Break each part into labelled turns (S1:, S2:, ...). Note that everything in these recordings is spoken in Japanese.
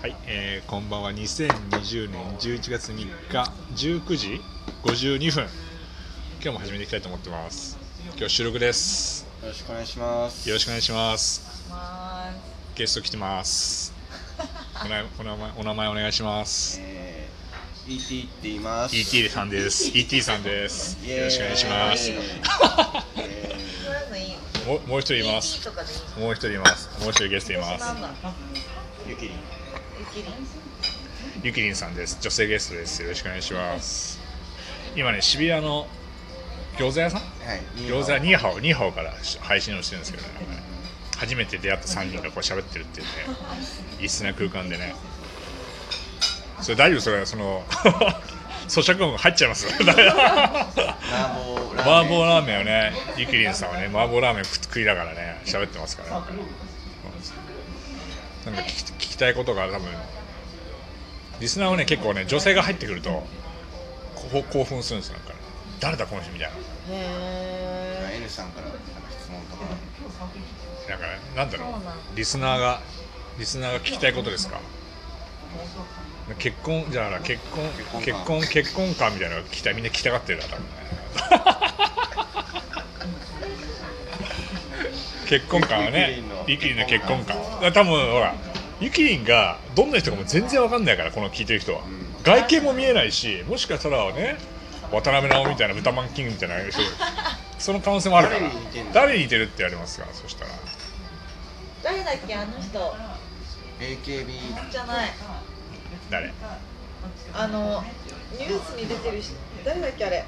S1: はい、えーこんばんは。2020年11月3日19時52分。今日も始めていきたいと思ってます。今日収録です。
S2: よろしくお願いします。
S1: よろしくお
S2: い
S1: 願いします。
S3: ま
S1: ゲスト来てます。おなお名前お名前お願いします。
S2: えー、ET って言います。
S1: E.T. さんです。E.T. さんです。
S2: イエーイ
S1: よろしくお願いします
S2: イエ。
S3: す。そういうのいい。
S1: もうもう一人います。
S3: PT とかでいい。
S1: もう一人います。もう一人ゲストいま
S3: な
S1: す
S3: ん。なん。
S2: ゆきりん。
S3: ゆきりん。
S1: ゆきりんさんです。女性ゲストです。よろしくお願いします。今ね、渋谷の餃子屋さん
S2: はい。
S1: 餃子ニーハオ、ニーハオから配信をしてるんですけどね。なんかね初めて出会った3人がこう喋ってるっていうね、異質な空間でね。それ大丈夫それその、 咀嚼音入っちゃいます
S2: 麻婆ラーメン。
S1: 麻婆ラーメンをね、ゆきりんさんはね、麻婆ラーメン食食いながらね、喋ってますから、なんか聞き聞きたいことが多分、リスナーはね、結構ね、女性が入ってくると、こ興奮するんですよ、なんかね、誰だ、この人みたい
S3: へ
S2: ン。N さんからなんか質問とか。
S1: な、なんかね、なんだろ
S3: そうなん
S1: う、リスナーが、リスナーが聞きたいことですか、結婚、じゃあほら結婚、
S2: 結
S1: 結
S2: 婚
S1: 婚、結婚かみたいなのが聞きたい、みんな聞きたがってるな、多分ね。結婚感はねゆ
S2: ゆ
S1: き
S2: き
S1: り
S2: り
S1: ん
S2: ん
S1: の
S2: の
S1: 結婚感多分ほらゆきりんがどんな人かも全然わかんないからこの聞いてる人は、
S2: ん
S1: 外見も見えないしもしかしたらね渡辺直美みたいな豚マンキングみたいな人その可能性もあるから
S2: 誰に似てんの
S1: 誰に似てるって言われますからそしたら
S3: 誰だっけあの人。
S2: AKB
S3: じゃない。
S1: 誰
S3: あのニュースに出てる人。誰だっけあれ。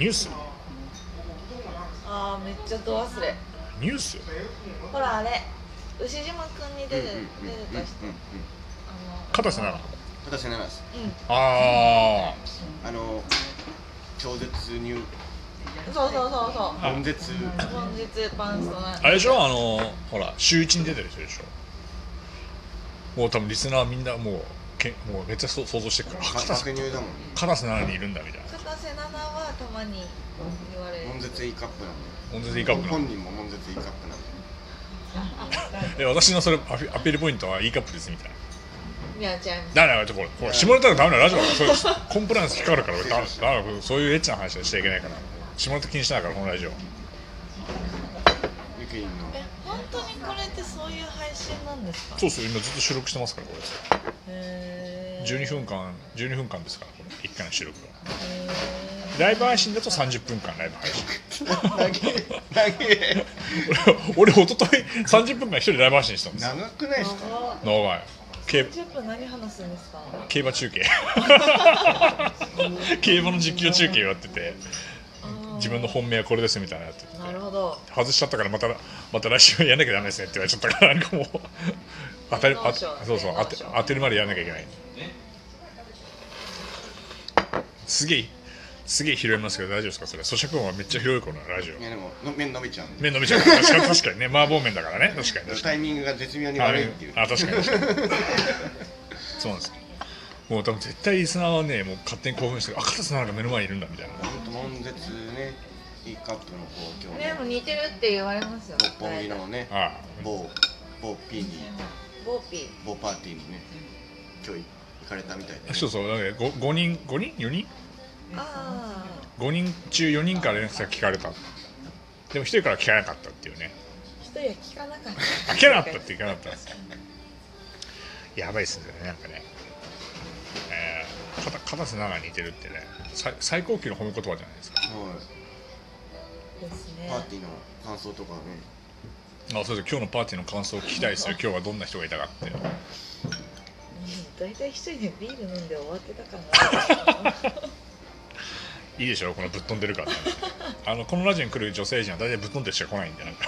S1: ニュース
S3: ああめっちゃど忘れ。
S1: ニュース
S3: ほらあれ。牛島くんに
S2: うん
S3: 出
S2: う
S3: て
S2: んうんうん
S3: 出てた人。あ
S1: 片瀬奈々
S2: うん。私なります。
S3: の。うん。
S1: あ
S2: あの超絶ニュー
S3: そうそうそうそう。
S2: 本絶
S3: 本日パンストナ
S1: ああれでしょあのほら週一に出てる人でしょもう多分リスナーみんなもうけもうめっちゃ想想像してるからあ片
S2: 確
S1: 瀬
S2: ニューだもん。
S1: 片瀬奈々にいるんだみたいな
S3: 片瀬奈々はたまに言われる。
S2: 本絶 E カップなん
S1: 本当にいいカッ
S2: で。
S1: プなの
S2: 本人も本絶 E カップなんで。
S1: え私のそれアピアピールポイントはいいカップですみたいな
S3: みやちゃん。
S1: だからこれこれ下ネタがダメなラジオだからそういうコンプライアンス引っかかるから俺だだからそういうエッチな話はしちゃいけないから下ネタ気にしないからこのラジオ
S2: ゆきりんの。
S3: え本当にこれってそういう配信なんですか。
S1: そうそう今ずっと収録してますからこ
S3: へ
S1: れ
S3: ー
S1: 12分間12分間ですからこれ1回の収録が
S3: へ
S1: ライブ配信だと30分間ライブ配信
S2: 長げ
S1: 俺俺一昨日30分間一人ライブ配信したんですよ
S2: 長くないです
S3: ー
S2: か。
S1: 長い競
S3: 10分何話すんですか
S1: 競馬 中継競馬の実況中継をやってて自分の本命はこれですみたいなのやってて
S3: なるほど
S1: 外しちゃったからまたまた来週やんなきゃダメですねって言われちゃったからなんか もう当たりあそうそう当て当てるまでやんなきゃいけないすげえすげえ拾いますけど大丈夫ですかそれ咀嚼音はめっちゃ広いこのラジ
S2: いや
S1: オ
S2: でもの麺伸びちゃうんで。
S1: 目伸びちゃうから確かに確かにね麻婆麺だからね確かに確か
S2: タイ
S1: に
S2: ミングが絶妙に悪いっていう。
S1: あ確かに確かにそうなんですもう多分絶対リスナーはねもう勝手に興奮してるあ片瀬なんか目の前にいるんだみたいな
S2: 本当悶絶ね、いいカップのこう今日
S3: でも
S2: ね、
S3: 似てるって言われますよ
S2: 六本木のね、
S1: あ
S2: 某某ピーに
S3: ボーピー
S2: 某パーティーにね、今日行かれたみたい
S1: あ
S2: で。
S1: そうそうだから 5, 5人5人4人
S3: ああ
S1: 5人中4人から連絡先聞かれたでも1人から聞かなかったっていうね
S3: 一人は聞かなかっ
S1: あ
S3: た
S1: 聞かなかったって聞かなかったんですよやばいっすねなんかねえー、片片瀬奈々に似てるってね最最高級の褒め言葉じゃないですか
S2: はい
S3: ですね
S2: パーティーの感想とかね、
S1: あそうです今日のパーティーの感想を聞きたいですよ今日はどんな人がいたかって
S3: うん大体一人でビール飲んで終わってたかな
S1: いいでしょこのぶっ飛んでる感じあのこのラジオに来る女性陣は大体ぶっ飛んでしか来ないんでなんか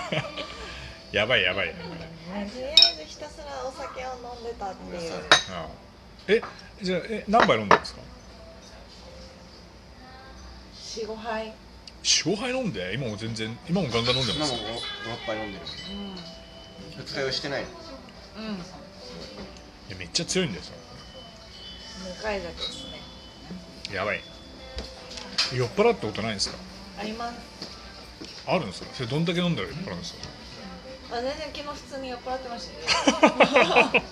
S1: やばいやばいやばい、うん、
S3: とりあえずひたすらお酒を飲んでたって
S2: ごめん
S3: い
S2: な
S3: う
S2: さい。
S1: えじゃあえ何杯飲んだんですか
S3: 45杯
S1: 45杯飲んで今も全然今もガンガン飲んでま
S2: 今
S1: す
S2: も
S1: よ
S2: 五六杯飲んでる。
S3: う
S2: 二日酔いしてない。
S3: んうん
S1: いやめっちゃ強いんですよ
S3: 向かい酒ですね
S1: やばい酔っ払ったことないんですか
S3: あります
S1: あるんですかそれどんだけ飲んだら酔っ払うんですか
S3: あ全然昨日普通に酔っ払ってましたよ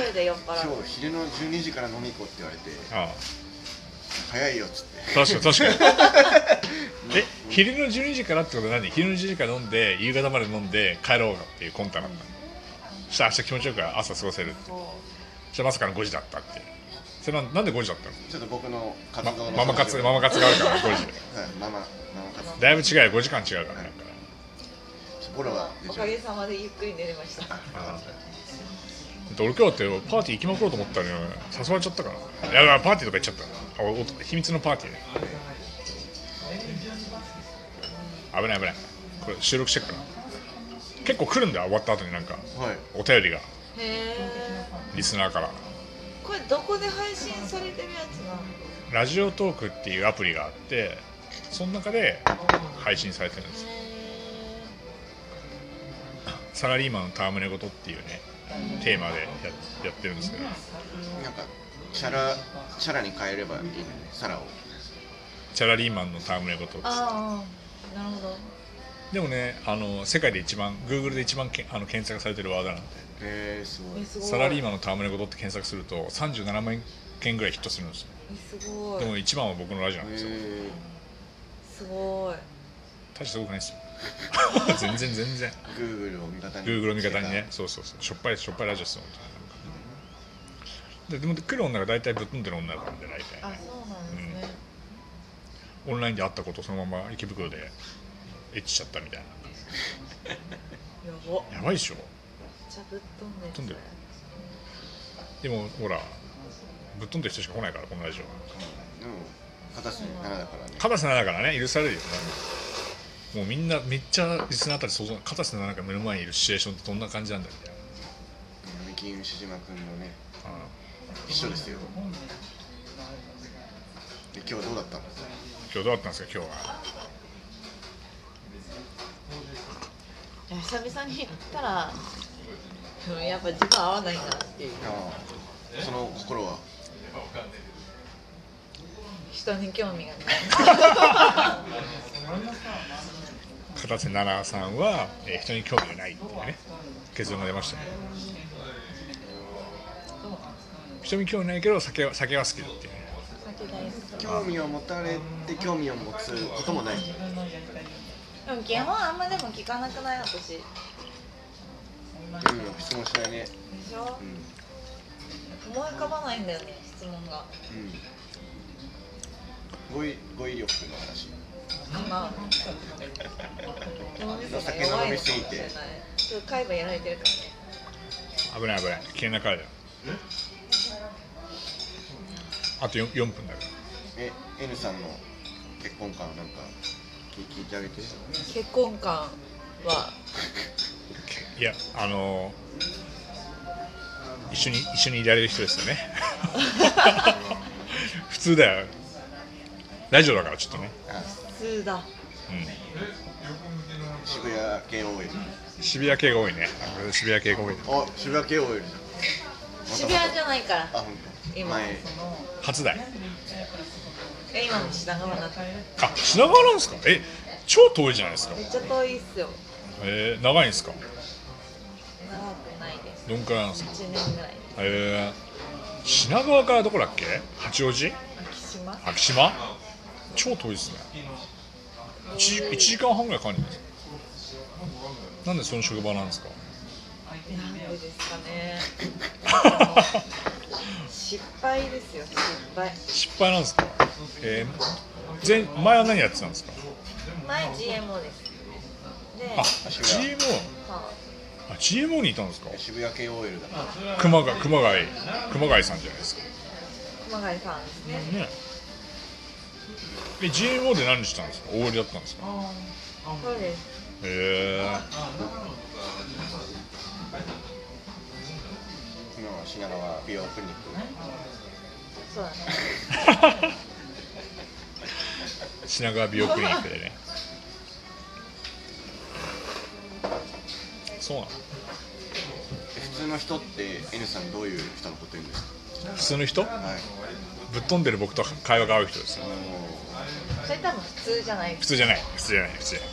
S3: 声で酔っ払う
S2: 今日昼の12時から飲み行こうって言われて
S1: あ
S2: 早いよっつって
S1: あ確かに確かにえ昼の12時からってことは何昼の12時から飲んで夕方まで飲んで帰ろうっていうコンタだったのそしたら明日気持ちよく朝過ごせるってそしたらまさかの5時だったってそれはなんで5時だったの
S2: ちょっと僕の活動の
S1: まママ活ママ活があるから5時
S2: はいママママ活動
S1: だいぶ違うよ5時間違うからなんか
S2: ゴロは出
S3: お
S2: ちゃ
S3: か
S2: う
S3: げさまでゆっくり寝れました
S1: あで俺今日だってパーティー行きまくろうと思ったのに誘われちゃったからいやいやパーティーとか行っちゃったあお秘密のパーティーね危ない危ないこれ収録してっから結構来るんだよ終わった後になんか
S2: はい
S1: お便りが
S3: へえ
S1: リスナーから
S3: これどこで配信されてるやつなの
S1: ラジオトークっていうアプリがあってその中で配信されてるんですよ
S3: へ
S1: サラリーマンの戯れ事っていうねテーマでややってるんですけど
S2: なんかチャラチャラに変えればいいのねサラを
S1: チャラリーマンの戯れ事っつって
S3: ーああなるほど
S1: でもねあの世界で一番 Google で一番けんあの検索されてるワードなんで
S2: えー、すごい
S3: えすごい
S1: サラリーマンの戯れ事って検索すると37万件ぐらいヒットするんですよ
S3: えすごい
S1: でも一番は僕のラジオなんですよ
S2: え
S3: すごい
S1: 大した多くないですよ 全然全然
S2: ー、Google を味方に
S1: Google の味方にねそうそうそうしょっぱいしょっぱいラジオですよ本当にででも来る女が大体ぶっ飛んでる女なんで大体
S3: あ
S1: ね
S3: そうなんですね、
S1: オンラインで会ったことをそのまま池袋でエッチしちゃったみたい
S3: やば
S1: なやばいでしょ
S3: じゃぶっ飛んでる
S1: 飛んでるでもほらぶっ飛んでる人しか来ないからこのラジオは
S2: でも片隅7だからね
S1: 片瀬奈々からね許されるよなもうみんなめっちゃリスナーあたり想像片瀬奈々が目の前にいるシチュエーションってどんな感じなんだみたい
S2: 三木牛島君のね
S1: なうん
S2: 一緒ですよで今日どうだったの
S1: 今日どうだったんですか今日は
S3: え久々に行ったらうんやっぱ時間合わないなっていう
S2: ああその心は
S3: 人に興 味がない
S1: 片瀬奈々さんは、えー人に興味がないっていうね結論が出ましたね人に興味ないけど酒は酒は好きだっていうね
S3: 酒大好き
S2: 興味を持たれて興味を持つこともない
S3: でも基本あんまでも聞かなくない私でし
S2: うん質問しないね
S3: ょ
S2: うん
S3: 思い浮かばないんだよね質問が
S2: うん語彙語彙力の話
S3: 今脳みそが弱いのかもしれないちょっと海馬やられてるからね
S1: 危ない危ない危険なからだよあと 4, 四分だから
S2: え N さんの結婚観なんか聞聞いてあげて
S3: 結婚観は、
S1: いやあのー一緒に一緒にいられる人ですよね普通だよラジオだからちょっとね、
S2: あ
S3: 普通だ
S1: う
S2: 渋谷系 OL
S1: ん、渋谷系が多いね渋谷系が多いね
S2: あ渋谷系 OL じゃん
S3: 渋谷じ
S2: ゃ
S3: ゃないから
S2: あ本当
S3: 今
S2: 前
S1: 初代
S3: え今も品川なって
S1: あ品川なんですかえ超遠いじゃないですか
S3: めっちゃ遠いっすよ
S1: えー、長いんですか
S3: 長くないです
S1: どんくらいなんですか
S3: 1年ぐらい
S1: えー、品川からどこだっけ八王子
S3: 秋島
S1: 昭島超遠いですね 1, 時間半ぐらいかかるんですなんでその職場なんですか
S3: なんでですかね失敗ですよ失敗
S1: 失敗なんですかえー前前は何やってたんですか
S3: 前 GMO ですで
S1: あ GMO
S3: ま
S1: あ GMO にいたんですか
S2: 渋谷系 OL だから
S1: 熊谷熊谷熊谷さんじゃないですか
S3: あ熊谷さんですね
S1: ねえ GMO で何してたんですか大売りだったんですか
S3: そうです
S1: へえ
S2: 今は品川美容クリニック
S3: そうだね
S1: 品川美容クリニックでねそうなの
S2: え普通の人って N さんどういう人のこと言うんです
S1: 普通の人
S2: かはい
S1: ぶっ飛んでる僕と会話が合う人ですよ
S3: それ多分普通じゃない
S1: 普通じゃない普通じゃない普通じゃない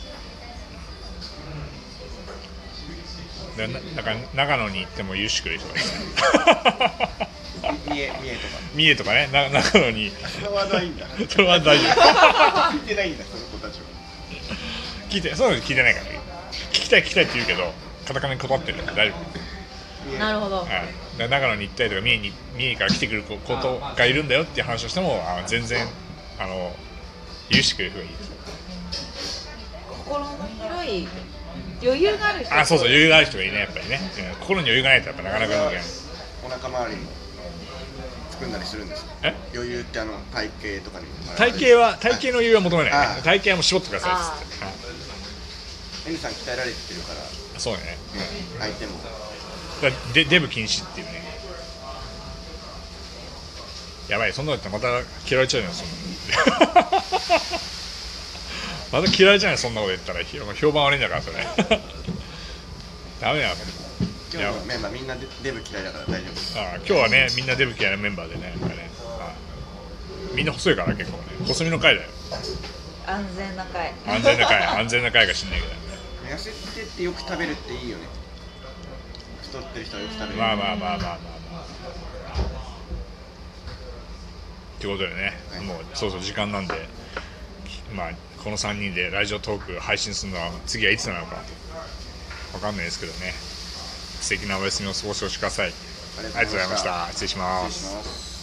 S1: だなだから長野に行っても許してくれる人がいる
S2: 三重三重とか
S1: 三重とかねな長野に
S2: それはないんだ
S1: それは大丈夫
S2: 聞いてないんだその子たちは
S1: 聞いてそういうの聞いてないから聞きたい聞きたいって言うけどカタカナに断ってるから大丈夫
S2: 三重
S3: なるほど。
S1: はい、だから長野に行ったりとか三重に三重から来てくる子子とがいるんだよっていう話をしてもあ全然あの許してくれる人がいいです
S3: 心の広い余裕がある人。
S1: あそうそう余裕がある人がいいねやっぱりね、うん心に余裕がないとやっぱなかなか動けない
S2: お腹周りも作んだりするんですか
S1: え
S2: 余裕ってあの体型とかにも
S1: 体型は体型の余裕は求めない
S2: あ
S1: ね体型はもう絞ってくださいっつってはい
S2: N さん鍛えられてるから
S1: そうだね、
S2: 相手も
S1: うん、だからデデブ禁止っていうねやばいそんなのだったらまた嫌われちゃうじゃんそんな のまた嫌われちゃうよそんなこと言ったらひ評判悪いんだからそれ ダメだよ
S2: 今日のメンバーみんなデデブ嫌いだから大丈夫です
S1: ああ今日はねみんなデブ嫌いなメンバーでねなんかねああみんな細いから結構ね細身の回だよ
S3: 安全な会。
S1: 安全な回安全な回か知んないけどね
S2: 痩せてってよく食べるっていいよね太ってる人はよく食べる
S1: まあまあまあまあまあまあ。ってことでね、
S2: はい
S1: もうそうそう時間なんで、きまあこの3人でラジオトーク配信するのは次はいつなのかわかんないですけどね。素敵なお休みをお過ごしください。ありがとうございました。失礼し
S2: 失
S1: ま
S2: 礼
S1: す
S2: し。ます